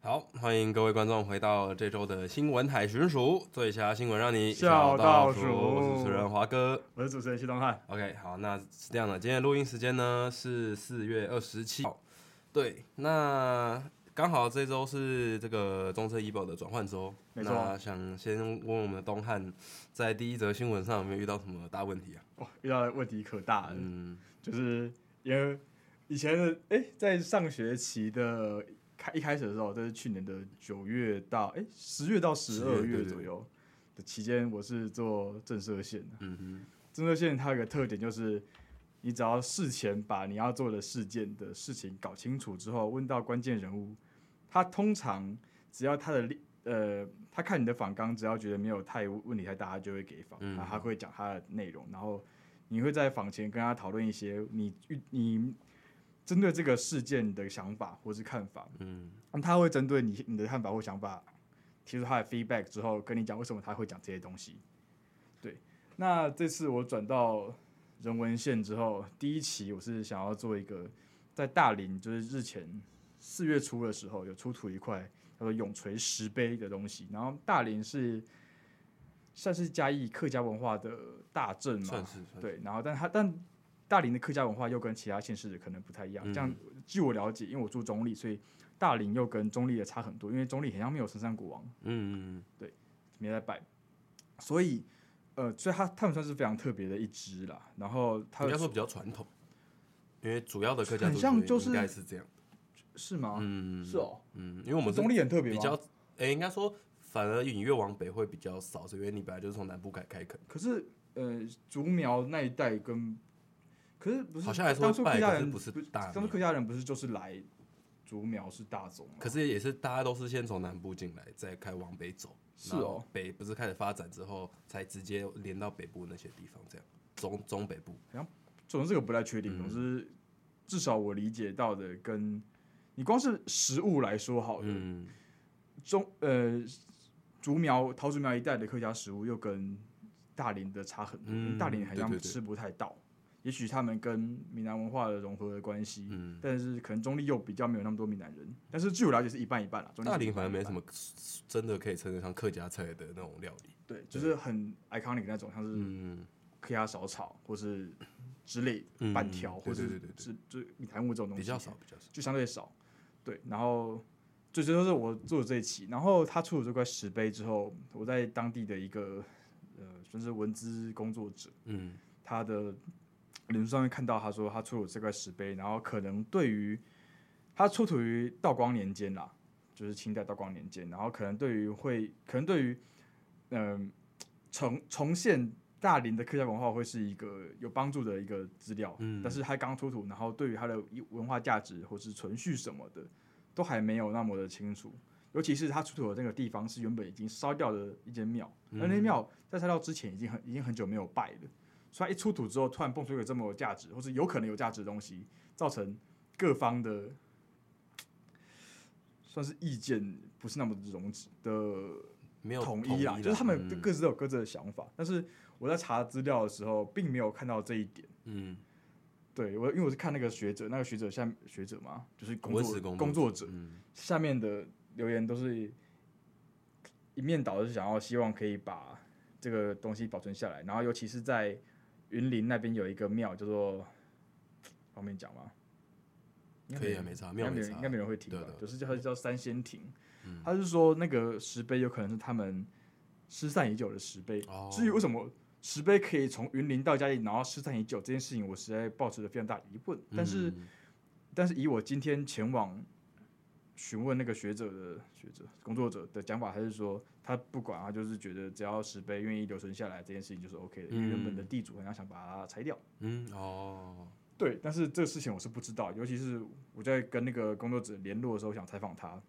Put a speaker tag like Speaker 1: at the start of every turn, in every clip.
Speaker 1: 好，欢迎各位观众回到这周的新闻海巡署，最瞎新闻让你
Speaker 2: 笑
Speaker 1: 到
Speaker 2: 倒数
Speaker 1: 我是主持人华哥。
Speaker 2: 我是主持人谢东汉。
Speaker 1: OK，好，那是这样的，今天的录音时间呢是四月二十七号。对，那刚好这周是这个中车医保的转换周，
Speaker 2: 没错
Speaker 1: 那想先问我们的东汉，在第一则新闻上有没有遇到什么大问题啊？
Speaker 2: 哇，遇到的问题可大了，
Speaker 1: 嗯，
Speaker 2: 就是因为以前的哎、在上学期的开一开始的时候，这是去年的九月到哎十、月到十
Speaker 1: 10月
Speaker 2: 二
Speaker 1: 对
Speaker 2: 月
Speaker 1: 对
Speaker 2: 左右的期间，我是做震慑线的。
Speaker 1: 嗯哼，
Speaker 2: 震慑线它有一个特点就是。你只要事前把你要做的事件的事情搞清楚之后，问到关键人物，他通常只要他的立呃，他看你的访纲，只要觉得没有太问题太大，他就会给访，
Speaker 1: 嗯
Speaker 2: 然后他会讲他的内容，然后你会在访前跟他讨论一些你遇你针对这个事件的想法或是看法，
Speaker 1: 嗯，
Speaker 2: 那他会针对你你的看法或想法提出他的 feedback 之后，跟你讲为什么他会讲这些东西。对，那这次我转到人文线之后，第一期我是想要做一个在大林，就是日前四月初的时候有出土一块叫做永垂石碑的东西，然后大林是算是嘉义客家文化的大镇嘛，
Speaker 1: 算是算是，
Speaker 2: 对，然后但它但大林的客家文化又跟其他县市可能不太一
Speaker 1: 嗯
Speaker 2: 样。这样据我了解，因为我住中立，所以大林又跟中立的差很多，因为中立好像没有神山国王，
Speaker 1: 嗯，嗯
Speaker 2: 没在拜，所以呃，所以他他们算是非常特别的一支啦。然后
Speaker 1: 嗯
Speaker 2: 他
Speaker 1: 应该说比较传统，因为主要的客家
Speaker 2: 很
Speaker 1: 族
Speaker 2: 像
Speaker 1: 群
Speaker 2: 就是
Speaker 1: 应该是这样，
Speaker 2: 是吗？
Speaker 1: 嗯，
Speaker 2: 是哦，
Speaker 1: 嗯，因为我们是
Speaker 2: 中立很特别
Speaker 1: 比
Speaker 2: 吗
Speaker 1: 较，诶、应该说反而你越往北会比较少，是因为你本来就是从南部开开垦，
Speaker 2: 可是呃，竹苗那一带跟可是不是
Speaker 1: 好像还是会
Speaker 2: 当初
Speaker 1: 拜
Speaker 2: 客家
Speaker 1: 可是
Speaker 2: 人
Speaker 1: 不是大
Speaker 2: 当初
Speaker 1: 苗
Speaker 2: 客家人不是就是来竹苗是大宗吗？
Speaker 1: 可是也是大家都是先从南部进来，再开往北走，
Speaker 2: 是哦，
Speaker 1: 北不是开始发展之后，才直接连到北部那些地方，这样中中北部，
Speaker 2: 总之这个不太确定，
Speaker 1: 嗯
Speaker 2: 总之至少我理解到的跟你光是食物来说好了，
Speaker 1: 嗯，
Speaker 2: 中呃竹苗桃竹苗一带的客家食物又跟大林的差很多，因为
Speaker 1: 嗯
Speaker 2: 大林好
Speaker 1: 对
Speaker 2: 像
Speaker 1: 对对
Speaker 2: 吃不太到，也许他们跟闽南文化的融合的关系，
Speaker 1: 嗯
Speaker 2: 但是可能中立又比较没有那么多闽南人，但是据我了解是一半一半啦，中立
Speaker 1: 大林反正没
Speaker 2: 么。
Speaker 1: 什么真的可以称得上客家菜的那种料理，
Speaker 2: 对，就是很 iconic 那种，像是
Speaker 1: 嗯，
Speaker 2: 客家小炒或是之类
Speaker 1: 嗯
Speaker 2: 板条，或
Speaker 1: 对
Speaker 2: 者
Speaker 1: 对对对对
Speaker 2: 是就是闽南物这种东西
Speaker 1: 比较少比较少，
Speaker 2: 就相对少，对，然后就这就是我做的这一期，然后他出了这块石碑之后，我在当地的一个呃算是文资工作者，
Speaker 1: 嗯
Speaker 2: 他的脸书上面看到他说他出了这块石碑，然后可能对于他出土于道光年间啦，就是清代道光年间，然后可能对于会可能对于嗯、重重现大林的客家文化会是一个有帮助的一个资料，
Speaker 1: 嗯
Speaker 2: 但是他刚出土，然后对于它的文化价值或是存续什么的都还没有那么的清楚。尤其是他出土的那个地方是原本已经烧掉的一间庙，而那间庙在烧掉之前已经很已经很久没有拜了，所以它一出土之后突然蹦出一个这么有价值，或是有可能有价值的东西，造成各方的算是意见不是那么容的
Speaker 1: 没有
Speaker 2: 统一啦，嗯就是他
Speaker 1: 嗯
Speaker 2: 们各自都有各自的想法。但是我在查资料的时候，并没有看到这一点。
Speaker 1: 嗯
Speaker 2: 对我，因为我是看那个学者，那个学者下学者嘛，就是工
Speaker 1: 文
Speaker 2: 作
Speaker 1: 史工
Speaker 2: 工
Speaker 1: 作
Speaker 2: 作者，
Speaker 1: 嗯
Speaker 2: 下面的留言都是一面倒，是想要希望可以把这个东西保存下来。然后，尤其是在云林那边有一个庙，叫做方便讲吗？应该
Speaker 1: 可以啊
Speaker 2: 人
Speaker 1: 没差
Speaker 2: 应
Speaker 1: 庙
Speaker 2: 该
Speaker 1: 没
Speaker 2: 没人
Speaker 1: 差
Speaker 2: 应该没人会听
Speaker 1: 对
Speaker 2: 吧
Speaker 1: 对？嗯
Speaker 2: 就是叫它叫三仙亭，他是说那个石碑有可能是他们失散已久的石碑。
Speaker 1: 哦
Speaker 2: 至于为什么石碑可以从云林到家里，然后失散已久这件事情，我实在抱持着非常大的疑问。但是。
Speaker 1: 嗯
Speaker 2: 但是以我今天前往询问那个学者的学者工作者的讲法，他是说他不管啊，他就是觉得只要石碑愿意留存下来，这件事情就是 OK 的，因为原本的地主好像想把它拆掉。
Speaker 1: 嗯哦，
Speaker 2: 对，但是这个事情我是不知道，尤其是我在跟那个工作者联络的时候，想采访他，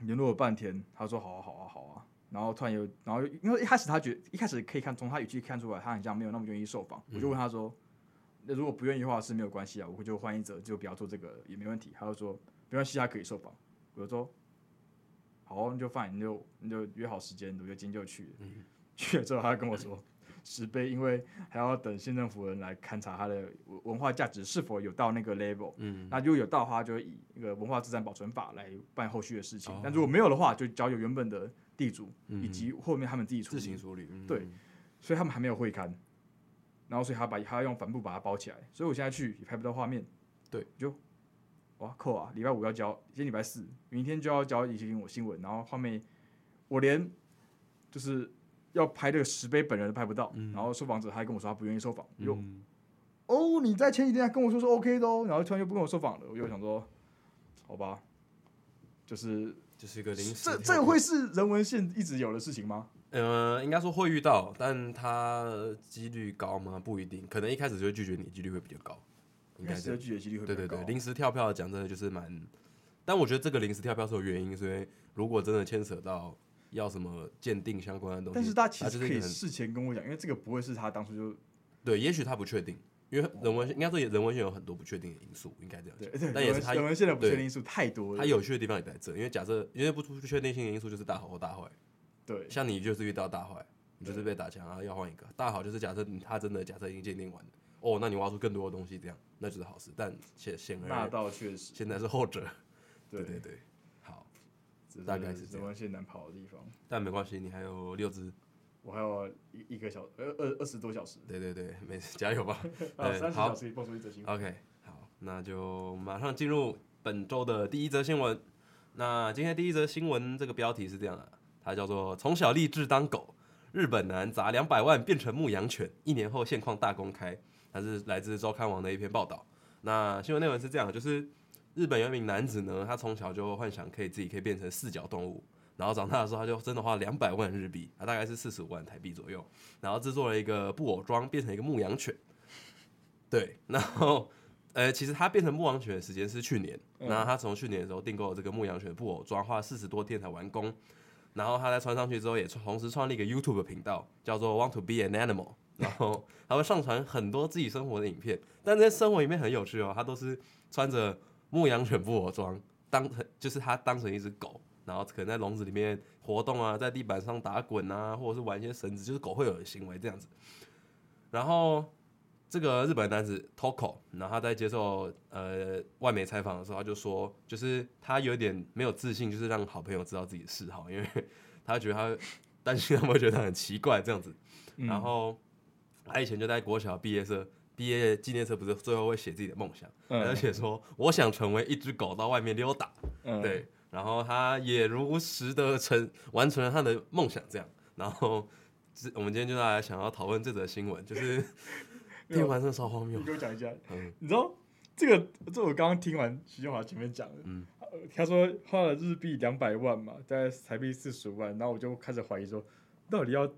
Speaker 2: 联络了半天，他说好啊好啊好啊，然后突然有，然后因为一开始他觉一开始可以看从他语气看出来，他很像没有那么愿意受访，我就问他说，那如果不愿意的话是没有关系啊，我就换一则，就不要做这个也没问题。他就说没关系，他可以受访，我就说啊好、哦，那就 fine，你就你就约好时间，我就今天就去了。去了之后，他跟我说，十倍，因为还要等县政府人来勘察它的文文化价值是否有到那个 level。
Speaker 1: 嗯，
Speaker 2: 那如果有到的话，就会以一个文化资产保存法来办后续的事情。
Speaker 1: 哦
Speaker 2: 但如果没有的话，就交由原本的地主
Speaker 1: 嗯
Speaker 2: 以及后面他们自己处
Speaker 1: 自行
Speaker 2: 理。
Speaker 1: 处理，嗯
Speaker 2: 对，所以他们还没有会刊，然后所以他把他用帆布把它包起来。所以我现在去也拍不到画面。
Speaker 1: 对，
Speaker 2: 就哇扣啊！礼拜五要交，今天礼拜四，明天就要交一些我新闻，然后画面我连就是要拍这个石碑本人都拍不到。然后受访者他还跟我说他不愿意受访，又
Speaker 1: 嗯
Speaker 2: 哦，你在前几天还跟我说是 OK 的哦，然后突然又不跟我说访了，我又想说，好吧，就是
Speaker 1: 就是一个临时
Speaker 2: 这
Speaker 1: 跳
Speaker 2: 这
Speaker 1: 动
Speaker 2: 会是人文线一直有的事情吗？
Speaker 1: 呃，应该说会遇到，但它几率高吗？不一定，可能一开始就会拒绝你，几率会比较高，应该
Speaker 2: 是
Speaker 1: 这样。
Speaker 2: 拒绝几率会
Speaker 1: 对
Speaker 2: 比
Speaker 1: 对
Speaker 2: 较高
Speaker 1: 对，。临时跳票讲真的就是蛮，但我觉得这个临时跳票是有原因，所以如果真的牵扯到要什么鉴定相关的东西，
Speaker 2: 但是他其
Speaker 1: 它就
Speaker 2: 实
Speaker 1: 是
Speaker 2: 可
Speaker 1: 一
Speaker 2: 以
Speaker 1: 个很
Speaker 2: 事前跟我讲，因为这个不会是他当初就
Speaker 1: 对，也许他不确定，因为人文应该说也人文学有很多不确定的因素，应该这样
Speaker 2: 对
Speaker 1: 讲。
Speaker 2: 对，
Speaker 1: 但也
Speaker 2: 人
Speaker 1: 是
Speaker 2: 文
Speaker 1: 他
Speaker 2: 人文线的不确
Speaker 1: 对
Speaker 2: 定因素太多
Speaker 1: 他
Speaker 2: 了。
Speaker 1: 有趣的地方也在这，因为假设因为不不确定性的因素就是大好或大坏，
Speaker 2: 对
Speaker 1: 像你就是遇到大坏，你就是被打枪啊，要换一个。大好就是假设你他真的假设已经鉴定完了，哦，那你挖出更多的东西，这样那就是好事。但显显
Speaker 2: 那
Speaker 1: 而
Speaker 2: 倒确实，
Speaker 1: 现在是后者，对
Speaker 2: 对，
Speaker 1: 对对，好，
Speaker 2: 这
Speaker 1: 大概是这
Speaker 2: 人
Speaker 1: 样
Speaker 2: 文线难跑的地方。
Speaker 1: 但没关系，你还有六只，
Speaker 2: 我还有一一个小呃二二十多小时，
Speaker 1: 对对对，没事，加油吧。
Speaker 2: 还有
Speaker 1: 对
Speaker 2: 三十
Speaker 1: 好
Speaker 2: 小时可以蹦出一则新闻。
Speaker 1: OK，好，那就马上进入本周的第一则新闻。那今天第一则新闻这个标题是这样的，它叫做“从小立志当狗，日本男砸两百万变成牧羊犬，一年后现况大公开”，它是来自周刊网的一篇报道。那新闻内容是这样的，就是日本有一名男子呢，他从小就幻想可以自己可以变成四脚动物，然后长大的时候他就真的花两百万日币，啊，大概是四十五万台币左右，然后制作了一个布偶装，变成一个牧羊犬。对， 然后呃，其实他变成牧羊犬的时间是去年，那他从去年的时候订购了这个牧羊犬布偶装，花了四十多天才完工。然后他在穿上去之后，也同时创立一个 YouTube 频道，叫做 Want to Be an Animal。然后他会上传很多自己生活的影片，但这些生活里面很有趣哦，他都是穿着牧羊犬布偶装，当成就是他当成一只狗，然后可能在笼子里面活动啊，在地板上打滚啊，或者是玩一些绳子，就是狗会有的行为这样子。然后这个日本男子 Toko，然后他在接受呃外媒采访的时候，他就说，就是他有点没有自信，就是让好朋友知道自己的嗜好，因为他觉得他担心他们会觉得他很奇怪这样子。
Speaker 2: 嗯
Speaker 1: 然后他以前就在国小毕业社。毕业纪念册不是最后会写自己的梦想，
Speaker 2: 嗯
Speaker 1: 而且说我想成为一只狗到外面溜达，
Speaker 2: 嗯，
Speaker 1: 对，然后他也如实的成完成了他的梦想，这样。然后这我们今天就来想要讨论这则新闻，就是 听完真的超荒谬
Speaker 2: 你。给我讲一下，
Speaker 1: 嗯
Speaker 2: 你知道这个？这我刚刚听完徐建华前面讲的，
Speaker 1: 嗯
Speaker 2: 呃他说花了日币两百万嘛，大概台币四十万，然后我就开始怀疑说，到底要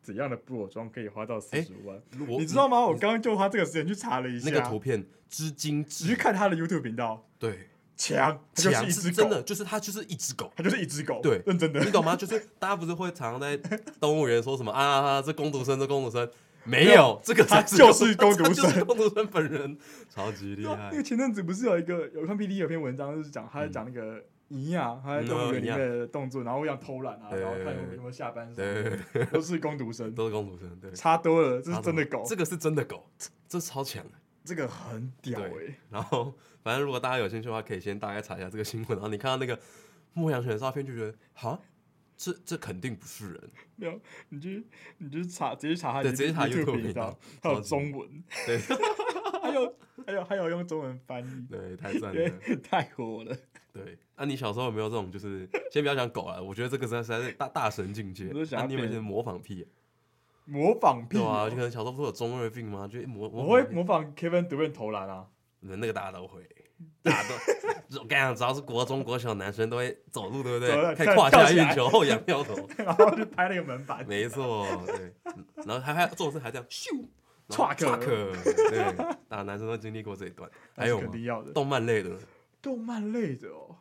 Speaker 2: 怎样的布偶装可以花到四十万？
Speaker 1: 我
Speaker 2: 你知道啊吗？我刚刚就花这个时间去查了一下，
Speaker 1: 那个图片之精
Speaker 2: 你去
Speaker 1: 致，
Speaker 2: 看他的 YouTube 频道，
Speaker 1: 对，
Speaker 2: 强，他就是
Speaker 1: 强
Speaker 2: 一
Speaker 1: 是
Speaker 2: 只
Speaker 1: 真
Speaker 2: 狗，
Speaker 1: 的，就是它就是一只狗。
Speaker 2: 他就是一只狗，
Speaker 1: 对
Speaker 2: 认真的
Speaker 1: 你。懂吗？ 就是大家不是会常在动物园说什么啊啊，啊这工读生，这工读生，没
Speaker 2: 没
Speaker 1: 有，这个
Speaker 2: 他
Speaker 1: 才
Speaker 2: 就是
Speaker 1: 工
Speaker 2: 工读
Speaker 1: 他就是
Speaker 2: 生
Speaker 1: 工读生本人，超级厉
Speaker 2: 对 啊那个
Speaker 1: 害。嗯
Speaker 2: 前阵子不是有一个有看 P D 有篇文章，就是讲他在讲那个营养，他在动物园里面的动作，然后我想偷懒啊，
Speaker 1: 哦对
Speaker 2: 然后看有没有下班什么的，
Speaker 1: 对，
Speaker 2: 都是工读生，
Speaker 1: 都是工读生，对。
Speaker 2: 差多了，这是真的狗，
Speaker 1: 这个是真的狗，这这超强的。
Speaker 2: 这个很屌哎、
Speaker 1: 对然后，反正如果大家有兴趣的话，可以先大概查一下这个新闻。然后你看到那个牧羊犬的照片，就觉得，哈，这这肯定不是人。
Speaker 2: 没有，你去你去查，直接查他
Speaker 1: 对
Speaker 2: 的
Speaker 1: 直接查
Speaker 2: YouTube
Speaker 1: YouTube
Speaker 2: 频
Speaker 1: 频道
Speaker 2: 道，还有
Speaker 1: 超级
Speaker 2: 中文，
Speaker 1: 对
Speaker 2: 还有还有还有用中文翻译，
Speaker 1: 对， 太赞
Speaker 2: 对
Speaker 1: 了。，
Speaker 2: 太火了。
Speaker 1: 对，那、你小时候有没有这种？就是先不要讲狗了，啊我觉得这个实在实在是大大神境界。
Speaker 2: 我就
Speaker 1: 那、
Speaker 2: 想要
Speaker 1: 你有没有
Speaker 2: 变
Speaker 1: 些模仿癖、啊
Speaker 2: 模仿屁
Speaker 1: 对啊，
Speaker 2: 哦、
Speaker 1: 就可能小时候不是有中二病吗？就模模
Speaker 2: 我会
Speaker 1: 仿癖
Speaker 2: 模仿 Kevin Durant 投 篮啊，
Speaker 1: 那个大家都会。大家 都，我跟你讲，只要是国中、国小男生都会走路，对不
Speaker 2: 走
Speaker 1: 对？
Speaker 2: 了
Speaker 1: 可以
Speaker 2: 跳
Speaker 1: 胯
Speaker 2: 跳
Speaker 1: 下
Speaker 2: 起
Speaker 1: 运
Speaker 2: 来
Speaker 1: 球、后仰跳投，
Speaker 2: 然后去拍那个门板，
Speaker 1: 没错，对，嗯然后还还这种事还这样咻，
Speaker 2: 唰壳
Speaker 1: 克，对，大男生都经历过这一段，
Speaker 2: 那
Speaker 1: 还有
Speaker 2: 是肯
Speaker 1: 吗？
Speaker 2: 定要的。
Speaker 1: 动漫类的，
Speaker 2: 动漫类的哦，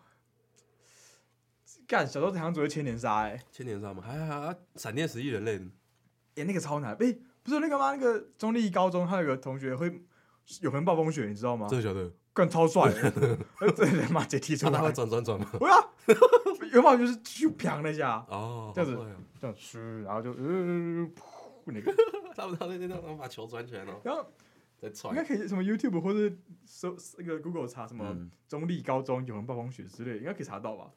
Speaker 2: 干小时候常常只会千年杀哎、欸，
Speaker 1: 千年杀吗？还还还闪电十一人类的，
Speaker 2: 哎、那个超难哎、欸不是有那个吗？那个中立高中，他有个同学会有人暴风雪，你知道吗？
Speaker 1: 真的假的？
Speaker 2: 干超 帅的，哎这人马直接踢出
Speaker 1: 那 他会
Speaker 2: 来，
Speaker 1: 转转转吗？
Speaker 2: 不要，原本就是去啪那一下，
Speaker 1: 哦，
Speaker 2: 这样子
Speaker 1: 好帅哦
Speaker 2: 这样嘘，然后就呃，噗不 能看。
Speaker 1: 他们他们那那他们把球转起来，然后
Speaker 2: 然后
Speaker 1: 再
Speaker 2: 应
Speaker 1: 踹。
Speaker 2: 该可以什么 YouTube 或者搜那个 Google 查什么
Speaker 1: 嗯，
Speaker 2: 中立高中永恒暴风雪之类，应该可以查到吧？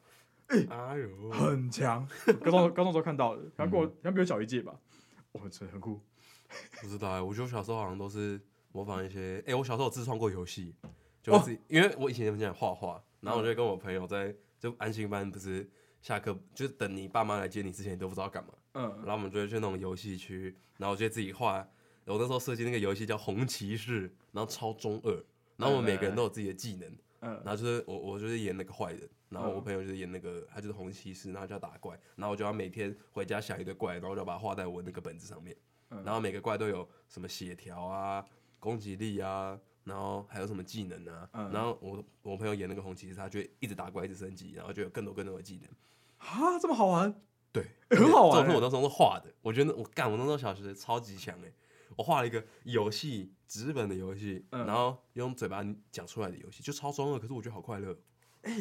Speaker 1: 哎呦，
Speaker 2: 很强，嗯 高中高中时候看到的，然后跟我然后比我小一届吧，哇，真的很酷。
Speaker 1: 不知道哎、我觉得我小时候好像都是模仿一些，哎、我小时候有自创过游戏，就我
Speaker 2: 哦
Speaker 1: 自己，因为我以前很喜欢画画，然后
Speaker 2: 嗯
Speaker 1: 我就会跟我朋友在就安心班不是下课，就是等你爸妈来接你之前，你都不知道干嘛，然
Speaker 2: 嗯，
Speaker 1: 后我们就会去那种游戏区，然后我就自己画，我那时候设计那个游戏叫红骑士，然后超中二，然后我们每个人都有自己的技能，
Speaker 2: 嗯，
Speaker 1: 然后就是我我就是演那个坏人，然后我
Speaker 2: 嗯
Speaker 1: 朋友就是演那个他就是红骑士，然后就要打怪，然后我就要每天回家想一堆怪，然后我就把它画在我那个本子上面，
Speaker 2: 嗯
Speaker 1: 然后每个怪都有什么血条啊、攻击力啊，然后还有什么技能啊，
Speaker 2: 嗯
Speaker 1: 然后我我朋友演那个红骑士，他就会一直打怪，一直升级，然后就有更多更多的技能。
Speaker 2: 啊，这么好玩，
Speaker 1: 对，
Speaker 2: 欸 很好玩
Speaker 1: 这种是
Speaker 2: 欸
Speaker 1: 我那时候画的，我觉得我干，我那时候小学超级强哎、我画了一个游戏纸本的游戏，
Speaker 2: 嗯
Speaker 1: 然后用嘴巴讲出来的游戏，就超中二，可是我觉得好快乐。哦
Speaker 2: 哎，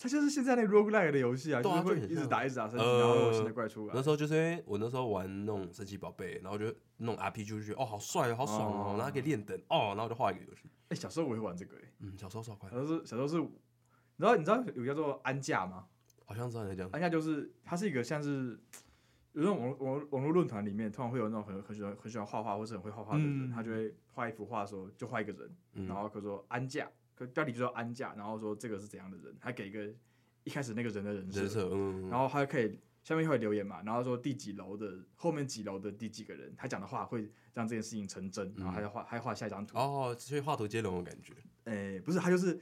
Speaker 2: 它就是现在那个 roguelike 的游戏啊，
Speaker 1: 对
Speaker 2: 就
Speaker 1: 啊
Speaker 2: 是会
Speaker 1: 就很
Speaker 2: 一直
Speaker 1: 像
Speaker 2: 打一直打升级，
Speaker 1: 呃
Speaker 2: 然后有新的怪出来
Speaker 1: 那。时候就是因为我那时候玩那种神奇宝贝，然后就弄 RPG 就觉得哦好帅哦好爽哦，
Speaker 2: 哦
Speaker 1: 然后可以练等哦，然后就画一个游戏。
Speaker 2: 哎，小时候我也会玩这个，哎，
Speaker 1: 嗯，小时候超快
Speaker 2: 小
Speaker 1: 乐
Speaker 2: 时，候是小时候是，你知道你知道有叫做安驾吗？
Speaker 1: 好像知道你在讲
Speaker 2: 按下就是它是一个像是有那种网网网络论坛里面，通常会有那种很很喜欢很喜欢画画或是很会画画的人，
Speaker 1: 嗯
Speaker 2: 他就会画一幅画的时候就画一个人，
Speaker 1: 嗯
Speaker 2: 然后可说安驾，可标题就叫安驾，然后说这个是怎样的人，他给一个一开始那个人的人
Speaker 1: 人
Speaker 2: 设，
Speaker 1: 设，嗯，
Speaker 2: 然后他可以下面会留言嘛，然后说第几楼的后面几楼的第几个人，他讲的话会让这件事情成真，
Speaker 1: 嗯
Speaker 2: 然后他就画还画下一张图，
Speaker 1: 哦，所以画图接龙的感觉，嗯
Speaker 2: 诶、不是他就是。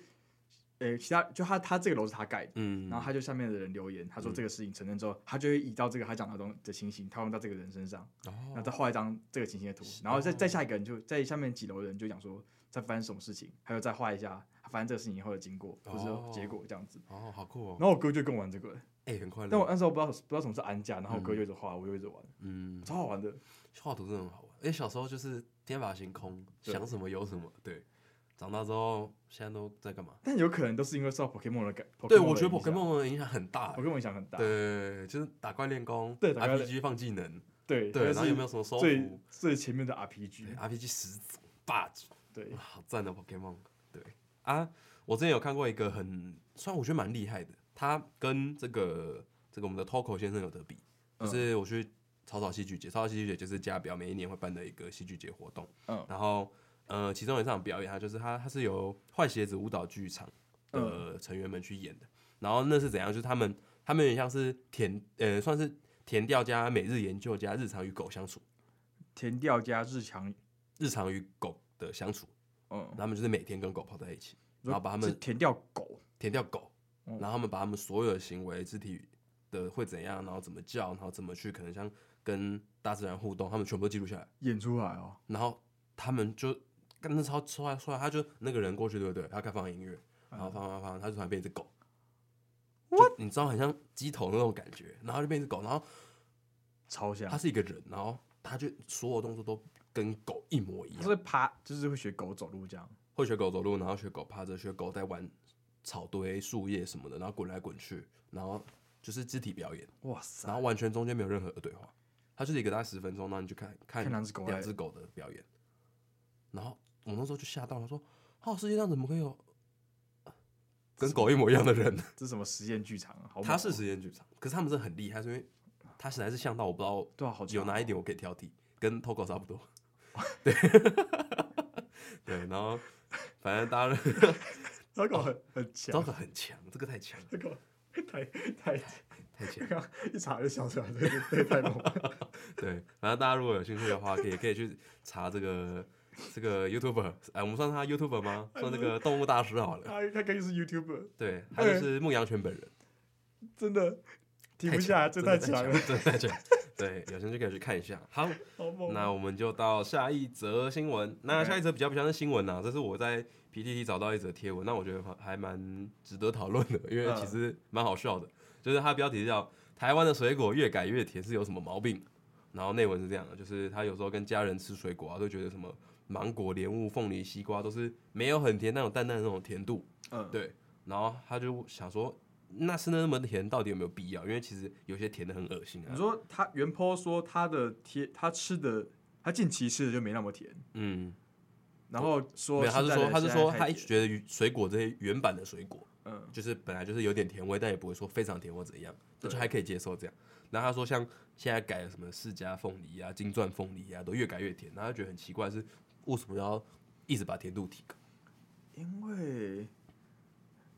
Speaker 2: 诶、其他就他他这个楼是他盖的。
Speaker 1: 嗯，
Speaker 2: 然后他就下面的人留言，他说这个事情承认之后，他就会移到这个他讲的东的情形，套用到这个人身上，然后
Speaker 1: 哦，
Speaker 2: 再画一张这个情形的图，然后再
Speaker 1: 哦
Speaker 2: 再下一个人就在下面几楼的人就讲说在发生什么事情，还有再画一下他发生这个事情以后的经过或者说
Speaker 1: 哦
Speaker 2: 结果这样子。
Speaker 1: 哦，好酷
Speaker 2: 然
Speaker 1: 哦，
Speaker 2: 后我哥就跟我玩这个，
Speaker 1: 哎，很快
Speaker 2: 但我
Speaker 1: 乐，
Speaker 2: 那时候不知道不知道什么是安家，然后我哥就一直画，我就一直玩，
Speaker 1: 嗯，
Speaker 2: 超好玩的。
Speaker 1: 画图真的很好玩。哎，小时候就是天马行空，
Speaker 2: 对
Speaker 1: 想什么有什么，对。长大之后，现在都在干嘛？
Speaker 2: 但有可能都是因为受到 Pokemon 的改，
Speaker 1: 对，我觉得
Speaker 2: 宝可
Speaker 1: Pokemon 的影响很大，
Speaker 2: Pokemon 影响很大，
Speaker 1: 对，就是打怪练功，
Speaker 2: 对打怪练
Speaker 1: ，RPG 放技能，
Speaker 2: 对
Speaker 1: 对，
Speaker 2: 它
Speaker 1: 然后有没
Speaker 2: 是
Speaker 1: 有什么收
Speaker 2: 最
Speaker 1: 服？
Speaker 2: 最前面的
Speaker 1: 对啊
Speaker 2: RPG，
Speaker 1: ，RPG 始祖霸主，
Speaker 2: 对
Speaker 1: 哇，，好赞的 Pokemon。对啊，我之前有看过一个很，虽然我觉得蛮厉害的，他跟这个这个我们的 Toco 先生有得比，就
Speaker 2: 嗯
Speaker 1: 是我去草草戏剧节，草草戏剧节就是家表每一年会办的一个戏剧节活动，
Speaker 2: 嗯
Speaker 1: 然后呃，其中有一场表演，它就是它它是由坏鞋子舞蹈剧场
Speaker 2: 嗯
Speaker 1: 的成员们去演的，然后那是怎样？就是他们他们有点像是填呃，算是填调加每日研究加日常与狗相处，
Speaker 2: 田调加日强，
Speaker 1: 日常与狗的相处，
Speaker 2: 嗯，
Speaker 1: 他们就是每天跟狗泡在一起，然后把他
Speaker 2: 是
Speaker 1: 们
Speaker 2: 田调狗，
Speaker 1: 填掉狗，
Speaker 2: 嗯
Speaker 1: 然后他们把他们所有的行为、肢体的会怎样，然后怎么叫，然后怎么去，可能像跟大自然互动，他们全部都记录下来，
Speaker 2: 演出来哦，
Speaker 1: 然后他们就干那超出来出来，他就那个人过去对不对？他开始放音乐，
Speaker 2: 嗯
Speaker 1: 然后放放放，他就突然变一只狗。就你知道很像鸡头那种感觉，然后就变一只狗，然后
Speaker 2: 超像
Speaker 1: 他。是一个人，然后他就所有动作都跟狗一模一
Speaker 2: 他
Speaker 1: 样
Speaker 2: 是，会趴，就是会学狗走路这样。
Speaker 1: 会学狗走路，然后学狗趴着，学狗在玩草堆、树叶什么的，然后滚来滚去，然后就是肢体表演，
Speaker 2: 哇塞
Speaker 1: 然！后完全中间没有任何的对话，它就是一个大概十分钟，然后你去看看
Speaker 2: 看两只狗
Speaker 1: 两
Speaker 2: 在
Speaker 1: 只狗的表演，然后我那时候就吓到了，说哦，世界上怎么会有跟狗一模一样的人？
Speaker 2: 这是什么实验剧场啊？好猛哦
Speaker 1: 他是实验剧场，可是他们是很厉害，是因为他实在是像到我不知道
Speaker 2: 对啊，好
Speaker 1: 有
Speaker 2: 强
Speaker 1: 哪
Speaker 2: 哦
Speaker 1: 一点我可以挑剔，跟 Togo 差不多。 对，对，然后反正大家都
Speaker 2: 他狗很很强，
Speaker 1: Togo 很强，这个太强了，
Speaker 2: 他狗 太太
Speaker 1: 太强了。
Speaker 2: 刚刚一查就想出来，这个这个太猛了。
Speaker 1: 对，反正大家如果有兴趣的话，可以可以去查这个 这个 YouTuber，哎，我们算他 YouTuber 吗？
Speaker 2: 哎
Speaker 1: 算这个动物大师好了。
Speaker 2: 他他肯定是 YouTuber，
Speaker 1: 对，他
Speaker 2: 哎
Speaker 1: 就是牧羊犬本人，
Speaker 2: 真的停
Speaker 1: 太
Speaker 2: 不下来，这
Speaker 1: 真的
Speaker 2: 太强
Speaker 1: 强
Speaker 2: 了，，
Speaker 1: 真的太强。对，有兴趣可以去看一下。好，
Speaker 2: 好猛
Speaker 1: 那
Speaker 2: 哦！
Speaker 1: 我们就到下一则新闻。那
Speaker 2: OK
Speaker 1: 下一则比较不像是新闻啊，这是我在 PTT 找到一则贴文，那我觉得还还蛮值得讨论的，因为
Speaker 2: 嗯
Speaker 1: 其实蛮好笑的。就是它标题叫“台湾的水果越改越甜是有什么毛病”，然后内文是这样的，就是他有时候跟家人吃水果啊，都觉得什么芒果、莲雾、凤梨、西瓜都是没有很甜，但有淡淡的那种甜度。
Speaker 2: 嗯，
Speaker 1: 对，然后他就想说，那是那么甜到底有没有必要？因为其实有些甜的很恶心
Speaker 2: 你
Speaker 1: 啊。
Speaker 2: 说他原 po 说他的贴，他吃的，他近期吃的就没那么甜，
Speaker 1: 嗯，
Speaker 2: 然后
Speaker 1: 没
Speaker 2: 说
Speaker 1: 有，他是
Speaker 2: 现在
Speaker 1: 说
Speaker 2: 的
Speaker 1: 他是
Speaker 2: 现在
Speaker 1: 说
Speaker 2: 太
Speaker 1: 他一直
Speaker 2: 甜
Speaker 1: 觉得水果这些原版的水果，
Speaker 2: 嗯，
Speaker 1: 就是本来就是有点甜味，但也不会说非常甜或怎样，
Speaker 2: 对
Speaker 1: 就还可以接受这样。然后他说像现在改了什么释迦凤梨啊、金钻凤梨啊，都越改越甜，然后他觉得很奇怪，是为什么要一直把甜度提高？
Speaker 2: 因为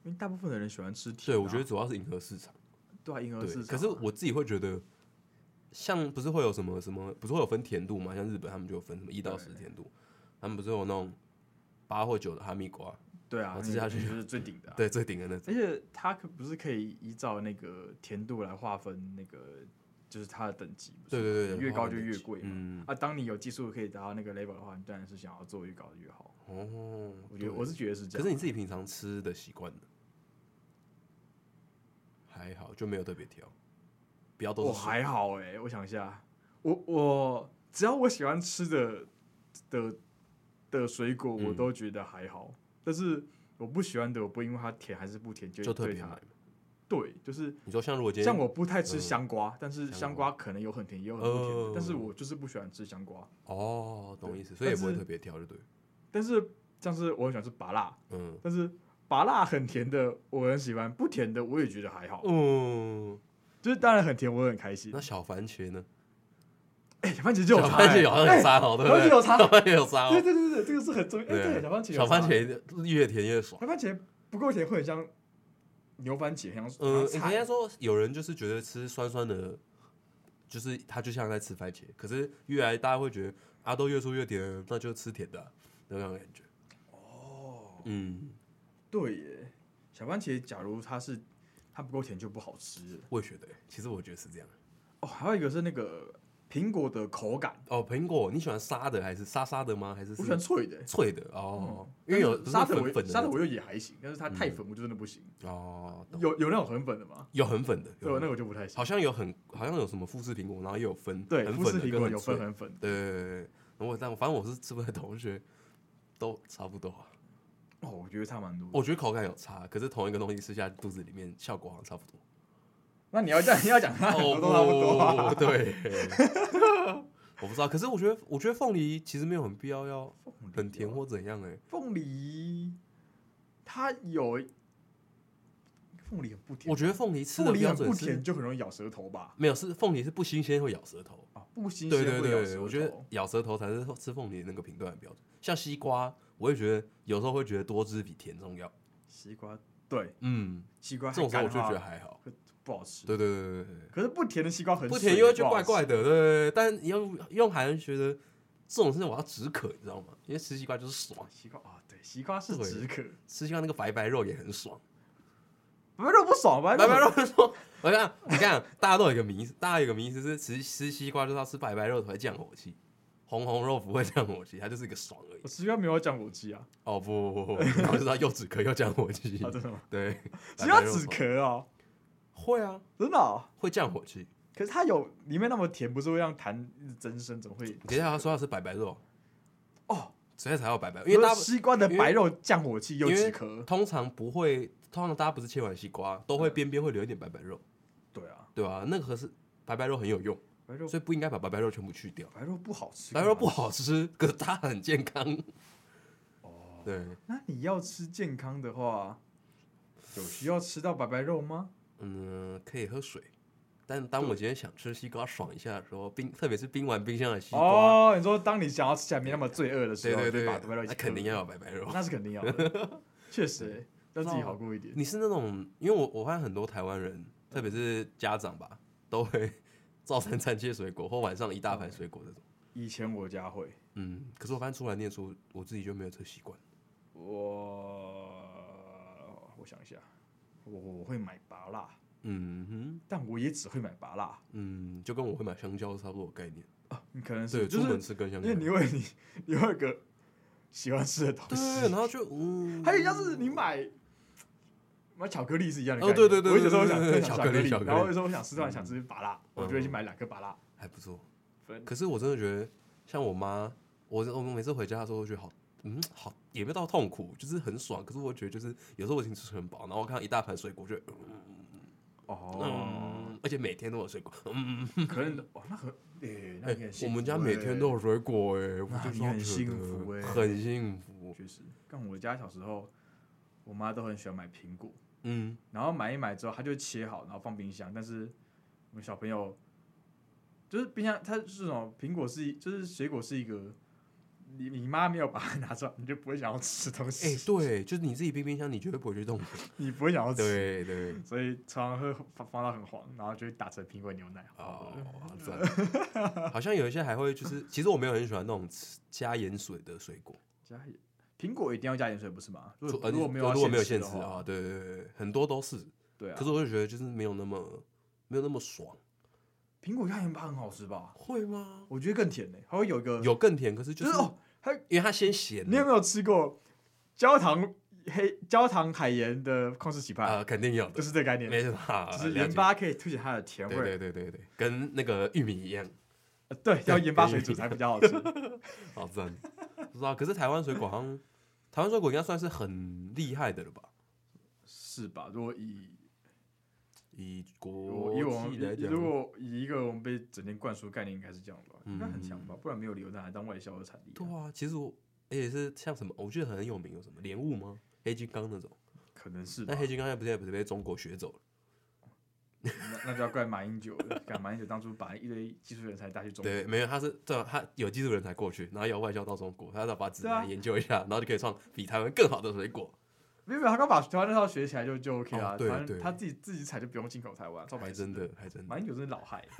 Speaker 2: 因为大部分的人喜欢吃甜、啊，
Speaker 1: 对，我觉得主要是迎合市场。
Speaker 2: 对啊，婴儿
Speaker 1: 对
Speaker 2: 市，场啊。
Speaker 1: 可是我自己会觉得，像不是会有什么什么，不是会有分甜度吗？像日本他们就有分什么一到十甜度，他们不是有那种八或九的哈密瓜，
Speaker 2: 对啊，
Speaker 1: 我吃
Speaker 2: 那
Speaker 1: 下
Speaker 2: 个
Speaker 1: 去
Speaker 2: 就是最顶的、啊。
Speaker 1: 对，最顶的那种。
Speaker 2: 而且它可不是可以依照那个甜度来划分那个就是它的等级，不是
Speaker 1: 对对对对，
Speaker 2: 越
Speaker 1: 花
Speaker 2: 高
Speaker 1: 的
Speaker 2: 就
Speaker 1: 等
Speaker 2: 越
Speaker 1: 级
Speaker 2: 贵嘛。
Speaker 1: 嗯，
Speaker 2: 啊，当你有技术可以达到那个 level 的话，你当然是想要做越高的越好。
Speaker 1: 哦，
Speaker 2: 我觉
Speaker 1: 对
Speaker 2: 得我是觉得是这
Speaker 1: 可
Speaker 2: 样。
Speaker 1: 是你自己平常吃的习惯呢？还好，就没有特别挑，不要都是
Speaker 2: 我还好哎、我想一下，我我只要我喜欢吃的的的水果，我
Speaker 1: 嗯
Speaker 2: 都觉得还好。但是我不喜欢的，我不会因为它甜还是不甜就
Speaker 1: 就特
Speaker 2: 对
Speaker 1: 别买
Speaker 2: 它
Speaker 1: 嘛。
Speaker 2: 对，就是
Speaker 1: 你说像如果今天
Speaker 2: 像我不太吃
Speaker 1: 嗯
Speaker 2: 香瓜，但是
Speaker 1: 香
Speaker 2: 香瓜可能有很甜，也有很不甜的，
Speaker 1: 嗯
Speaker 2: 但是我就是不喜欢吃香瓜。
Speaker 1: 哦，懂
Speaker 2: 对
Speaker 1: 意思，所以也不会
Speaker 2: 但是
Speaker 1: 特别挑，就对了。
Speaker 2: 但是像是我很喜欢吃拔辣，
Speaker 1: 嗯
Speaker 2: 但是拔辣很甜的我很喜欢，不甜的我也觉得还好。
Speaker 1: 嗯，
Speaker 2: 就是当然很甜，我会很开心
Speaker 1: 那。小番茄呢？
Speaker 2: 哎、小番茄就有
Speaker 1: 小
Speaker 2: 差、
Speaker 1: 番茄
Speaker 2: 哎
Speaker 1: 有好像有沙哦，对不对？
Speaker 2: 小番茄有差
Speaker 1: 小番茄有沙
Speaker 2: 对
Speaker 1: 哦。
Speaker 2: 对对对，这个是很重要。哎、
Speaker 1: 对
Speaker 2: 对，小番茄有
Speaker 1: 小番
Speaker 2: 差，
Speaker 1: 茄越甜越爽。
Speaker 2: 小番茄不够甜会很像牛番茄，很像
Speaker 1: 嗯，
Speaker 2: 很像
Speaker 1: 应
Speaker 2: 菜
Speaker 1: 该说有人就是觉得吃酸酸的，就是他就像在吃番茄，可是越来大家会觉得阿豆越说越甜，那就吃甜的啊、那种感觉。
Speaker 2: 哦，
Speaker 1: 嗯，
Speaker 2: 对耶，小番茄假如它是它不够甜就不好吃了。
Speaker 1: 我也觉得欸，其实我觉得是这样。
Speaker 2: 哦，还有一个是那个苹果的口感，
Speaker 1: 哦，苹果，你喜欢沙的还是沙沙的吗？还是
Speaker 2: 我喜欢
Speaker 1: 是
Speaker 2: 脆的。欸
Speaker 1: 脆的？哦
Speaker 2: 嗯，
Speaker 1: 因为有
Speaker 2: 但是沙的
Speaker 1: 不
Speaker 2: 我
Speaker 1: 是粉粉的
Speaker 2: 沙
Speaker 1: 那
Speaker 2: 的
Speaker 1: 种
Speaker 2: 我又也还行，但是它太粉我就真的不行。
Speaker 1: 哦，懂
Speaker 2: 有有那种很粉的吗？
Speaker 1: 有很粉的，有
Speaker 2: 嗯对，
Speaker 1: 很
Speaker 2: 那个我就不太行。
Speaker 1: 好像有很好像有什么富士苹果，然后也有分
Speaker 2: 对，
Speaker 1: 很
Speaker 2: 富
Speaker 1: 粉
Speaker 2: 士
Speaker 1: 的
Speaker 2: 苹
Speaker 1: 跟
Speaker 2: 果
Speaker 1: 很
Speaker 2: 有
Speaker 1: 脆
Speaker 2: 分很粉的，
Speaker 1: 对对对对，我但反正我是吃不的同学都差不多啊、
Speaker 2: 哦，我觉得差蛮多的。
Speaker 1: 我觉得口感有差，可是同一个东西吃下肚子里面效果好像差不 多。
Speaker 2: 那你要这样，你要讲它很多都差不多啊。
Speaker 1: 哦不 对，我不知道。可是我觉得，我觉得凤梨其实没有很必要要很甜或怎样哎、
Speaker 2: 哦凤梨，它有凤梨很不甜，啊
Speaker 1: 我觉得凤梨吃的
Speaker 2: 凤梨
Speaker 1: 标
Speaker 2: 很
Speaker 1: 准
Speaker 2: 不
Speaker 1: 是
Speaker 2: 甜就很容易咬舌头吧？
Speaker 1: 没有是凤梨是不新鲜会咬舌头。
Speaker 2: 啊，不新
Speaker 1: 对
Speaker 2: 鲜
Speaker 1: 对
Speaker 2: 会咬舌
Speaker 1: 对，
Speaker 2: 头。
Speaker 1: 我觉得咬舌头才是吃凤梨的那个评断的标准。像西瓜，我也觉得有时候会觉得多汁比甜重要。
Speaker 2: 西瓜，对
Speaker 1: 嗯，
Speaker 2: 西瓜
Speaker 1: 这种时候我
Speaker 2: 太
Speaker 1: 就
Speaker 2: 干
Speaker 1: 觉
Speaker 2: 的
Speaker 1: 得
Speaker 2: 话
Speaker 1: 还好。
Speaker 2: 不好吃。
Speaker 1: 对对对对对对。
Speaker 2: 可是不甜的西瓜很
Speaker 1: 不甜
Speaker 2: 水
Speaker 1: 又会觉
Speaker 2: 不
Speaker 1: 得怪
Speaker 2: 好吃
Speaker 1: 怪的，对对对。但你用用韩文学的这种事情，我要止渴，你知道吗？因为吃西瓜就是爽，
Speaker 2: 西瓜啊，对，西瓜是
Speaker 1: 对
Speaker 2: 止渴，
Speaker 1: 吃西瓜那个白白肉也很爽。
Speaker 2: 白白肉不爽，白
Speaker 1: 白白
Speaker 2: 肉
Speaker 1: 肉说，我跟你讲，我跟你讲，大家都有一个迷思，大家有一个迷思是吃吃西瓜就是要吃白白肉才会降火气，红红肉不会降火气，它就是一个爽而已
Speaker 2: 我。西瓜没有降火气啊，
Speaker 1: 哦不不不不，然后就是它又止渴又降火 气
Speaker 2: 啊，，真的吗？
Speaker 1: 对，白
Speaker 2: 只
Speaker 1: 白
Speaker 2: 要
Speaker 1: 肉
Speaker 2: 止
Speaker 1: 爽
Speaker 2: 咳哦，
Speaker 1: 会啊，
Speaker 2: 真的哦。
Speaker 1: 会降火气。
Speaker 2: 可是它有里面那么甜，不是会让痰一直增生，怎么会？
Speaker 1: 等一下他说要吃白白肉，
Speaker 2: 哦，
Speaker 1: 所以才有白白，因为大家
Speaker 2: 西瓜的白肉降火气又
Speaker 1: 因
Speaker 2: 止
Speaker 1: 为
Speaker 2: 咳，
Speaker 1: 通常不会，通常大家不是切完西瓜都
Speaker 2: 嗯
Speaker 1: 会边边会留一点白白肉，
Speaker 2: 对啊，
Speaker 1: 对吧、那个可是白白肉很有用，
Speaker 2: 白肉
Speaker 1: 所以不应该把白白肉全部去掉。
Speaker 2: 白肉不好吃，
Speaker 1: 白白肉不。好吃，可是它很健 康。
Speaker 2: 哦，
Speaker 1: 对，
Speaker 2: 那你要吃健康的话，有需要吃到白白肉吗？
Speaker 1: 嗯，可以喝水。但当我今天想吃西瓜爽一下的时候，冰特别是冰完冰箱的西瓜，
Speaker 2: 哦，你说当你想要吃起来没那么罪恶的时
Speaker 1: 对
Speaker 2: 候，
Speaker 1: 对
Speaker 2: 就
Speaker 1: 对
Speaker 2: 把白肉一，起
Speaker 1: 那
Speaker 2: 喝
Speaker 1: 肯定，要有白白肉。
Speaker 2: 那是肯定要的， 确实让自己好过一点。
Speaker 1: 你是那种，因为我我发现很多台湾人，特别是家长吧，
Speaker 2: 嗯
Speaker 1: 都会早餐餐切水果，或晚上一大
Speaker 2: 嗯
Speaker 1: 盘水果这种。
Speaker 2: 以前我家会，
Speaker 1: 嗯，可是我发现出来念书，我自己就没有这习惯。
Speaker 2: 我我想一下，我我会买拔辣，
Speaker 1: 嗯哼，
Speaker 2: 但我也只会买拔辣
Speaker 1: 嗯，就跟我会买香蕉差不多的概念。
Speaker 2: 啊，你可能
Speaker 1: 对，
Speaker 2: 是就
Speaker 1: 出
Speaker 2: 是
Speaker 1: 门吃根香
Speaker 2: 因
Speaker 1: 蕉。
Speaker 2: 为你会你你会有个喜欢吃的东
Speaker 1: 对，
Speaker 2: 西
Speaker 1: 然，后就嗯，
Speaker 2: 还有像是你买买巧克力是一样的
Speaker 1: 哦
Speaker 2: 概念。
Speaker 1: 对对对
Speaker 2: 我有时候
Speaker 1: 对
Speaker 2: 想
Speaker 1: 对
Speaker 2: 吃
Speaker 1: 对
Speaker 2: 巧
Speaker 1: 巧克力巧克力
Speaker 2: 然后有时候我想吃突然想吃拔辣，我就会去
Speaker 1: 嗯
Speaker 2: 买两个拔辣。
Speaker 1: 还不错。
Speaker 2: 分
Speaker 1: 可是我真的觉得，像我妈，我我每次回家的时候，我觉得好，嗯，好，也没有到痛苦，就是很爽。可是我觉得就是有时候我已经吃很饱，然后我看到一大盘水果，我就嗯，
Speaker 2: 哦，
Speaker 1: 嗯，而且每天都有水果。
Speaker 2: 嗯可能哇，那很诶，那你很幸
Speaker 1: 哎我们家
Speaker 2: 福
Speaker 1: 每
Speaker 2: 欸
Speaker 1: 天都有水果哎、我
Speaker 2: 那
Speaker 1: 就
Speaker 2: 你
Speaker 1: 超
Speaker 2: 很
Speaker 1: 扯
Speaker 2: 幸
Speaker 1: 的
Speaker 2: 福欸
Speaker 1: 很幸福。
Speaker 2: 确实，但我家小时候，我妈都很喜欢买苹果，
Speaker 1: 嗯，
Speaker 2: 然后买一买之后，她就切好，然后放冰箱。但是我们小朋友就是冰箱，它是那种苹果是一，就是水果是一个，你你妈没有把它拿出来，你就不会想要吃东
Speaker 1: 哎、
Speaker 2: 西，
Speaker 1: 对，就是你自己冰冰箱，你绝对不会去 动。
Speaker 2: 你不会想要吃，
Speaker 1: 对对，
Speaker 2: 所以常常会放放到很黄，然后就会打成苹果牛奶。
Speaker 1: 哦，赞。好像有一些还会 就是，其实我没有很喜欢那种吃加盐水的水果，
Speaker 2: 加盐苹果一定要加盐水不是吗？如
Speaker 1: 除
Speaker 2: 果
Speaker 1: 呃
Speaker 2: 如果没有要
Speaker 1: 如果没有
Speaker 2: 现
Speaker 1: 现
Speaker 2: 吃
Speaker 1: 吃
Speaker 2: 的话，
Speaker 1: 啊，对对对对，很多都是。
Speaker 2: 对啊
Speaker 1: 可。是我就觉得就是没有那么没有那么爽，
Speaker 2: 苹果加盐巴很好吃吧？
Speaker 1: 会吗？
Speaker 2: 我觉得更甜呢、它会有一个
Speaker 1: 有更甜，可是就
Speaker 2: 就是是哦，它
Speaker 1: 因为它先咸了，
Speaker 2: 你有没有吃过焦糖黑焦糖海盐的旷世奇派？
Speaker 1: 啊，肯定有
Speaker 2: 就
Speaker 1: 的，
Speaker 2: 是这个概念，
Speaker 1: 没什么，
Speaker 2: 只是
Speaker 1: 了
Speaker 2: 盐
Speaker 1: 解。
Speaker 2: 巴可以凸显它的甜味。
Speaker 1: 对对对对对，跟那个玉米一 样，
Speaker 2: 呃对要盐巴水煮才比较好吃。
Speaker 1: 好赞。不知哦道，可是台湾水果好像，台湾水果应该算是很厉害的了吧？
Speaker 2: 是吧？如果以
Speaker 1: 以
Speaker 2: 我
Speaker 1: 国
Speaker 2: 以我
Speaker 1: 际来
Speaker 2: 们
Speaker 1: 讲，
Speaker 2: 如果以一个我们被整天灌输概念，应该是这样吧？
Speaker 1: 嗯
Speaker 2: 应该很强吧？不然没有理由拿来当外销的产地
Speaker 1: 对
Speaker 2: 啊。
Speaker 1: 啊，其实我而且是像什么，我记得很有名，有什么莲雾吗？黑金刚那种，
Speaker 2: 可能是吧
Speaker 1: 但？黑金刚也不是也不是被中国学走了，
Speaker 2: 那那就要怪马英九了， 干马英九当初把一堆技术人才带去中国。
Speaker 1: 对，没有，他是这他有技术人才过去，然后有外销到中国，他要把指
Speaker 2: 对啊
Speaker 1: 南研究一下，然后就可以创比台湾更好的水果，
Speaker 2: 没有，没有他刚把台湾那套学起来就就 OK
Speaker 1: 哦
Speaker 2: 了。
Speaker 1: 对
Speaker 2: 台湾
Speaker 1: 对
Speaker 2: 他自己自己采就不用进口台湾，超白
Speaker 1: 还
Speaker 2: 痴
Speaker 1: 真的还真的
Speaker 2: 马英九真是老害，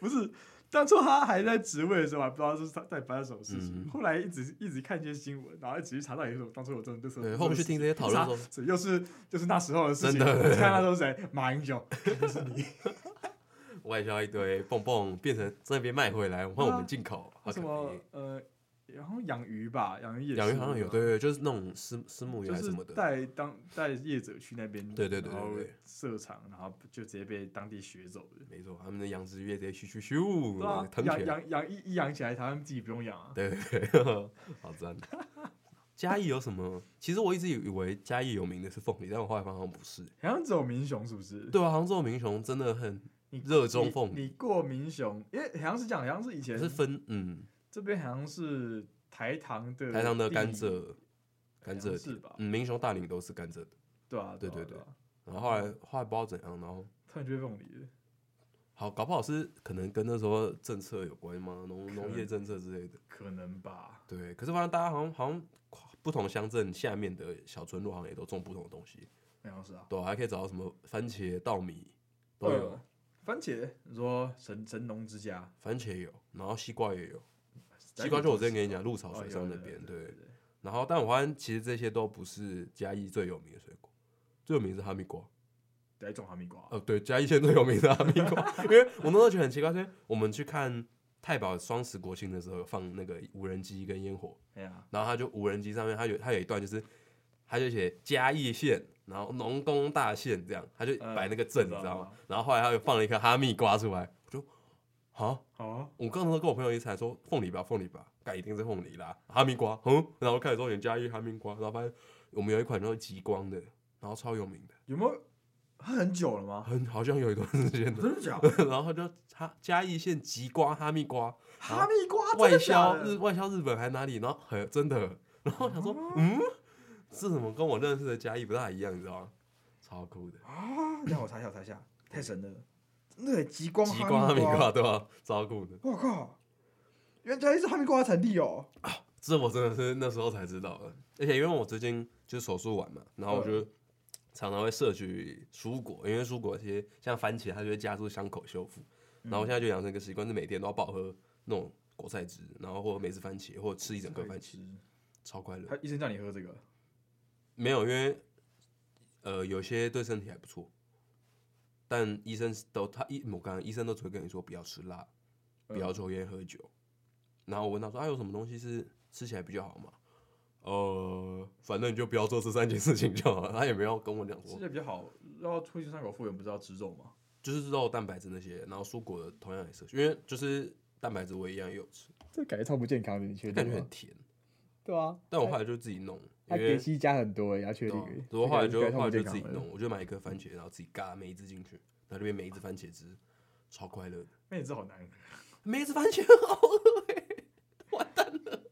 Speaker 2: 不是当初他还在职位的时候，我还不知道这是他在发生什么事情。
Speaker 1: 嗯
Speaker 2: 后来一直一直看一些新闻，然后一直去查到底是什么当初有这种这种。
Speaker 1: 对，后面去听这些讨论说，
Speaker 2: 这又 是就是那时候的事情，
Speaker 1: 真的
Speaker 2: 看那时候是谁，马英九，就是你，
Speaker 1: 外销一堆蹦蹦变成在那边卖回来，换我们进口， 好
Speaker 2: 什
Speaker 1: 可
Speaker 2: 么
Speaker 1: 惜。
Speaker 2: 呃，然后养鱼吧，养鱼也
Speaker 1: 养鱼
Speaker 2: 是
Speaker 1: 好像有，对对，就是那种私私募鱼
Speaker 2: 就
Speaker 1: 还是
Speaker 2: 是
Speaker 1: 什么的，
Speaker 2: 带当带业者去那边，
Speaker 1: 对对对对
Speaker 2: 然后
Speaker 1: 对
Speaker 2: 设厂，然后就直接被当地学走了。
Speaker 1: 没错，他们的养殖业直接咻咻咻
Speaker 2: 对啊，
Speaker 1: 腾起
Speaker 2: 养
Speaker 1: 来，
Speaker 2: 养养一一养起来，台湾自己不用养啊。
Speaker 1: 对对对， 好赞。嘉义有什么？其实我一直以为嘉义有名的是凤梨，但我后来发现好像不是。
Speaker 2: 好像只有民雄是不是？
Speaker 1: 对啊，杭州民雄真的很
Speaker 2: 你
Speaker 1: 热衷凤
Speaker 2: 你
Speaker 1: 梨，
Speaker 2: 你过民雄，因为好像是讲，好像是以前
Speaker 1: 是分嗯
Speaker 2: 这边好像是台糖的
Speaker 1: 台糖的
Speaker 2: 地
Speaker 1: 甘蔗，甘
Speaker 2: 好像
Speaker 1: 蔗
Speaker 2: 是
Speaker 1: 田
Speaker 2: 吧
Speaker 1: 嗯，民雄大岭都是甘蔗的。
Speaker 2: 对啊，
Speaker 1: 对
Speaker 2: 啊
Speaker 1: 对
Speaker 2: 对啊，
Speaker 1: 然后后来后来不知道怎样，然后
Speaker 2: 突然觉得凤梨了，
Speaker 1: 好搞不好是可能跟那时候政策有关吗？农农业
Speaker 2: 可能
Speaker 1: 政策之类的。
Speaker 2: 可能吧。
Speaker 1: 对，可是发现大家好像好像不同乡镇下面的小村落好像也都种不同的东西，
Speaker 2: 好像是啊，
Speaker 1: 对啊、还可以找到什么番茄、稻米都有。
Speaker 2: 呃番茄，你说神神农之家，
Speaker 1: 番茄有，然后西瓜也有。
Speaker 2: 宅
Speaker 1: 西瓜
Speaker 2: 女
Speaker 1: 就我之前
Speaker 2: 都是
Speaker 1: 跟你讲，鹿草
Speaker 2: 哦
Speaker 1: 水
Speaker 2: 有
Speaker 1: 上
Speaker 2: 有
Speaker 1: 那
Speaker 2: 有
Speaker 1: 边、
Speaker 2: 有
Speaker 1: 对
Speaker 2: 有有
Speaker 1: 然后，但我发现其实这些都不是嘉义最有名的水果，最有名是哈密瓜。
Speaker 2: 有来种哈密瓜
Speaker 1: 哦，对，嘉义县最有名的哈密瓜，因为我那时候觉得很奇怪，所以我们去看太保双十国庆的时候，有放那个无人机跟烟火，
Speaker 2: 哎呀，
Speaker 1: 然后他就无人机上面，他有他有一段就是，他就写嘉义县，然后农工大县这样，他就摆那个阵，
Speaker 2: 嗯
Speaker 1: 你知道
Speaker 2: 我知道
Speaker 1: 吗？然后后来他又放了一颗哈密瓜出来，我就啊，
Speaker 2: 好啊，
Speaker 1: 我刚才跟我朋友一起来说凤梨吧，凤梨吧，干一定是凤梨啦，哈密瓜，嗯，然后开始说人家一哈密瓜，然后发现我们有一款叫做极光的，然后超有名的，
Speaker 2: 有没有？它很久了吗？
Speaker 1: 很好像有一段时间的，
Speaker 2: 真的假的？
Speaker 1: 然后他就他嘉义县极光哈密瓜
Speaker 2: 哈密瓜啊真
Speaker 1: 外
Speaker 2: 的假
Speaker 1: 销
Speaker 2: 的
Speaker 1: 日外销日本还哪里，然后很真的，然后我想说
Speaker 2: 哦
Speaker 1: 嗯，这怎么跟我认识的嘉义不大一样，你知道吗？超酷的，
Speaker 2: 啊！让我查一下，我查一下，太神了！真的耶，极光
Speaker 1: 极光哈密
Speaker 2: 瓜，
Speaker 1: 瓜对吧？超酷的，
Speaker 2: 我靠！原来是哈密瓜的产地哦。
Speaker 1: 这我真的是那时候才知道的，而且因为我最近就是手术完嘛，然后我就常常会摄取蔬果，因为蔬果其实像番茄，它就会加速伤口修复。然
Speaker 2: 嗯
Speaker 1: 后我现在就养成一个习惯，是每天都要饱喝那种果菜汁，然后或者每次番茄，或者吃一整颗番茄，超快乐。
Speaker 2: 嗯他医生叫你喝这个，
Speaker 1: 没有，因为呃有些对身体还不错，但医生都他医我刚刚医生都只会跟你说不要吃辣，不要抽烟喝酒。然后我问他说啊有什么东西是吃起来比较好吗？呃，反正你就不要做这三件事情就好了。他也没有跟我讲
Speaker 2: 吃
Speaker 1: 说
Speaker 2: 起，来比较好。然后促进伤口复原，不是要吃肉吗？
Speaker 1: 就是肉蛋白质那些，然后蔬果同样也是，因为就是蛋白质我一样也有吃，
Speaker 2: 这感觉超不健康的，你确
Speaker 1: 感觉很甜。
Speaker 3: 对啊，
Speaker 1: 但我后来就自己弄，
Speaker 3: 他
Speaker 1: 因
Speaker 3: 给
Speaker 1: 为
Speaker 3: 西加很多欸，要确
Speaker 1: 对
Speaker 3: 定
Speaker 1: 啊
Speaker 3: 欸。
Speaker 1: 我后来就
Speaker 3: 这个
Speaker 1: 后来就自己
Speaker 3: 这个
Speaker 1: 弄，我就买一颗番茄，然后自己嘎每一只进去，然后就变每一只番茄汁，超快乐的。
Speaker 2: 妹子好难，
Speaker 1: 每一只番茄很好喝欸，完蛋了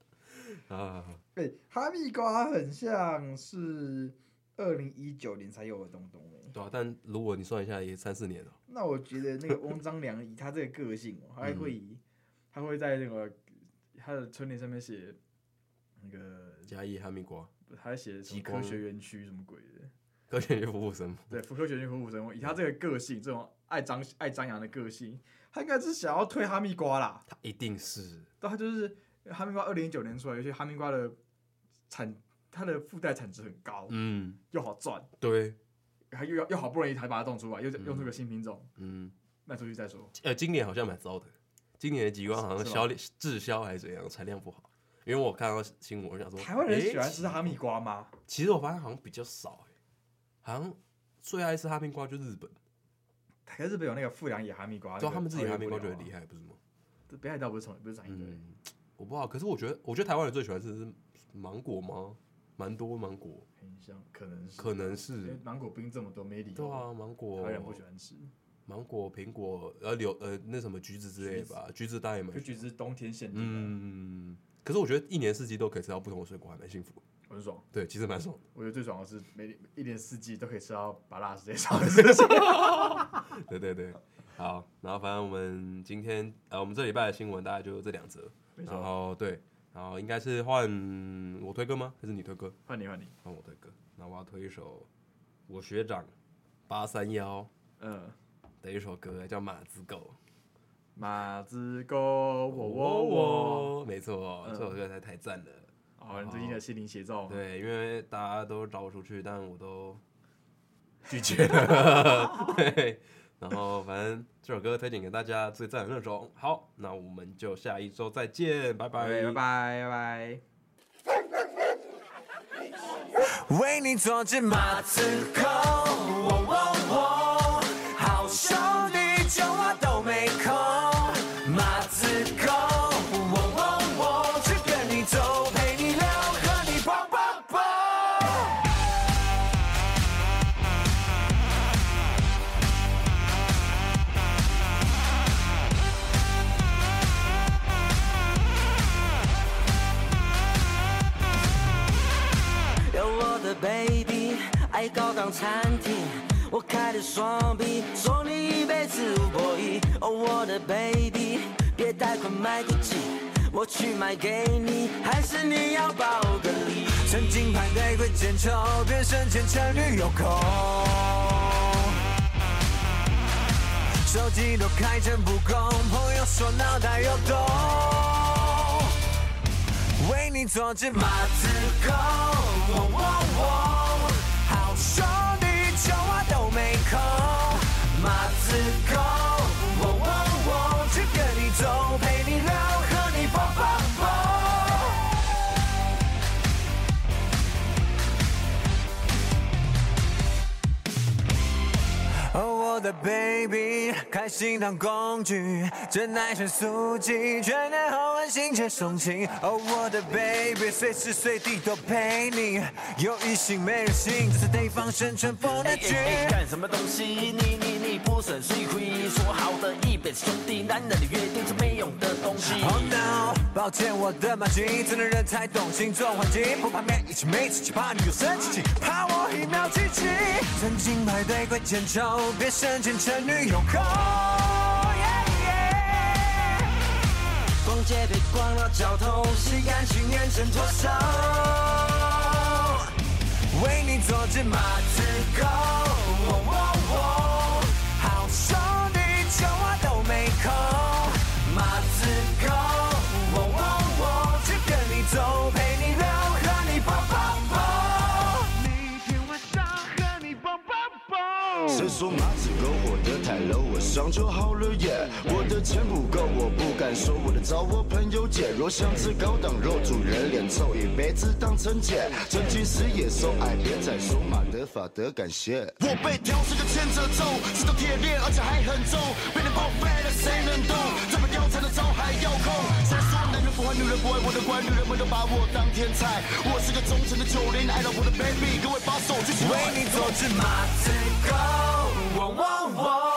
Speaker 1: 啊！
Speaker 2: 哎、哈密瓜很像是二零一九年才有的东东哎、
Speaker 1: 对啊，但如果你算一下，也三四年了。
Speaker 2: 那我觉得那个翁章良以他这个个性、哦，他还会
Speaker 1: 嗯
Speaker 2: 以、他会在那个他的春联上面写那个，
Speaker 1: 嘉义哈密瓜，
Speaker 2: 他写什
Speaker 1: 极
Speaker 2: 么
Speaker 1: 光
Speaker 2: 科学园区什么鬼的，
Speaker 1: 科学与服务生，
Speaker 2: 对，科学园区和武神翁，以他这个个性，这种爱张爱张扬的个性，他应该是想要推哈密瓜啦。
Speaker 1: 他一定是
Speaker 2: 但他就是哈密瓜二零一九年出来，而且哈密瓜的产它的附带产值很高，
Speaker 1: 嗯，
Speaker 2: 又好赚，
Speaker 1: 对，
Speaker 2: 还又又好不容易才把它种出来，又再
Speaker 1: 嗯
Speaker 2: 用这个新品种
Speaker 1: 嗯，
Speaker 2: 卖出去再说。
Speaker 1: 呃，今年好像蛮糟的，今年的极光好像
Speaker 2: 是吗
Speaker 1: 销量滞销还是怎样，产量不好。因为我看到新闻，我想说，
Speaker 2: 台湾人
Speaker 1: 诶
Speaker 2: 喜欢吃哈密瓜吗？
Speaker 1: 其实我发现好像比较少、欸，好像最爱吃哈密瓜就日本，
Speaker 2: 可是日本有那个富良野哈密瓜，
Speaker 1: 对啊，他们自己哈密瓜就
Speaker 2: 觉
Speaker 1: 很
Speaker 2: 得
Speaker 1: 厉害，不是吗？
Speaker 2: 害。北海道不是从不是产一堆，
Speaker 1: 嗯，我不知道，可是我觉得，我觉得台湾人最喜欢吃是芒果吗？蛮多芒果，
Speaker 2: 很像可能是
Speaker 1: 可能
Speaker 2: 因为
Speaker 1: 是
Speaker 2: 芒果冰这么多没理由，
Speaker 1: 对啊，芒
Speaker 2: 台
Speaker 1: 果
Speaker 2: 湾人不喜欢吃，
Speaker 1: 芒果、苹果，呃柳呃那什么橘子之类的吧，橘子当然也蛮
Speaker 2: 就橘子冬天限定的，
Speaker 1: 嗯，可是我觉得一年四季都可以吃到不同的水果，还蛮幸福。
Speaker 2: 我很爽。
Speaker 1: 对，其实蛮爽 的。
Speaker 2: 我觉得最爽的是每一年四季都可以吃到巴拉这些爽的事情。
Speaker 1: 对对对，好，然后反正我们今天呃，我们这礼拜的新闻大概就这两则，
Speaker 2: 没
Speaker 1: 然
Speaker 2: 错，
Speaker 1: 后对，然后应该是换我推歌吗？还是你推歌？
Speaker 2: 换你换你，
Speaker 1: 换我推歌。那我要推一首我学长八三幺
Speaker 2: 嗯。
Speaker 1: 的一首歌，叫《马子狗》。
Speaker 2: 马子狗，我我我。
Speaker 1: 没错，
Speaker 2: 嗯
Speaker 1: 这首歌才太赞了。
Speaker 2: 哦，你最近的心灵写照，
Speaker 1: 对，因为大家都找我出去，但我都拒绝 了。对，然后反正这首歌推荐给大家最赞的那种。好，那我们就下一周再见，拜拜，
Speaker 2: 哎拜拜拜拜。
Speaker 4: 为你做只马子狗，喔喔喔好兄弟酒我都没空，马子狗，喔喔喔去跟你走，陪你聊，和你蹦蹦蹦。
Speaker 5: 有我的 baby，爱高档餐厅，我开的双臂，送你一辈子无博弈。哦，我的 baby，别贷款买 Gucci，我去买给你，还是你要包个礼？
Speaker 4: 曾经排队会捡球，变身前成女友控。手机都开成不公，朋友说脑袋有洞。为你做只马子狗，喔喔喔好兄弟酒我都没空，马子狗，喔喔喔去跟你走，陪你聊，和你蹦蹦蹦。哦，我的 baby，开心当工具，真爱全速记，全然好安心且送情。哦，我的 baby，随时随地都陪你，有异性没人性，这是对方宣传风的
Speaker 5: 哎
Speaker 4: 局。
Speaker 5: 哎哎干什么东西？你你你不省心灰，说好的一辈子兄弟，男人的约定是没用的东西。
Speaker 4: Oh no，抱歉我的马吉，真的人才懂心中环境，不怕没义气没志气，怕你有生气气，怕我一秒记起。曾经排队快捡球，别深情成女友控。Yeah, yeah
Speaker 5: 逛街别逛到脚痛，心甘情愿挣脱手。
Speaker 4: 为你做只马子狗，喔喔喔好兄弟酒我都没空，马子狗，喔喔喔去跟你走，陪你聊，和你蹦蹦蹦。
Speaker 6: 谁说马子狗活得太 low？我上就好了耶。我的钱不够，我不敢收，我得找我朋友借。若想吃高档肉，主人脸臭，一辈子当成姐。曾经是野兽，哎，别再说马德法德，感谢。我被挑是个牵着走，是条铁链，而且还很重。被你报废了，谁能动？怎么样才能找还遥控？谁说男人不坏女人不爱我的观众，人们都把我当天才。我是个忠诚的九零，爱老婆的 baby，各位把手举起
Speaker 4: 为
Speaker 6: 来。
Speaker 4: 你走至马子沟。哦哦哦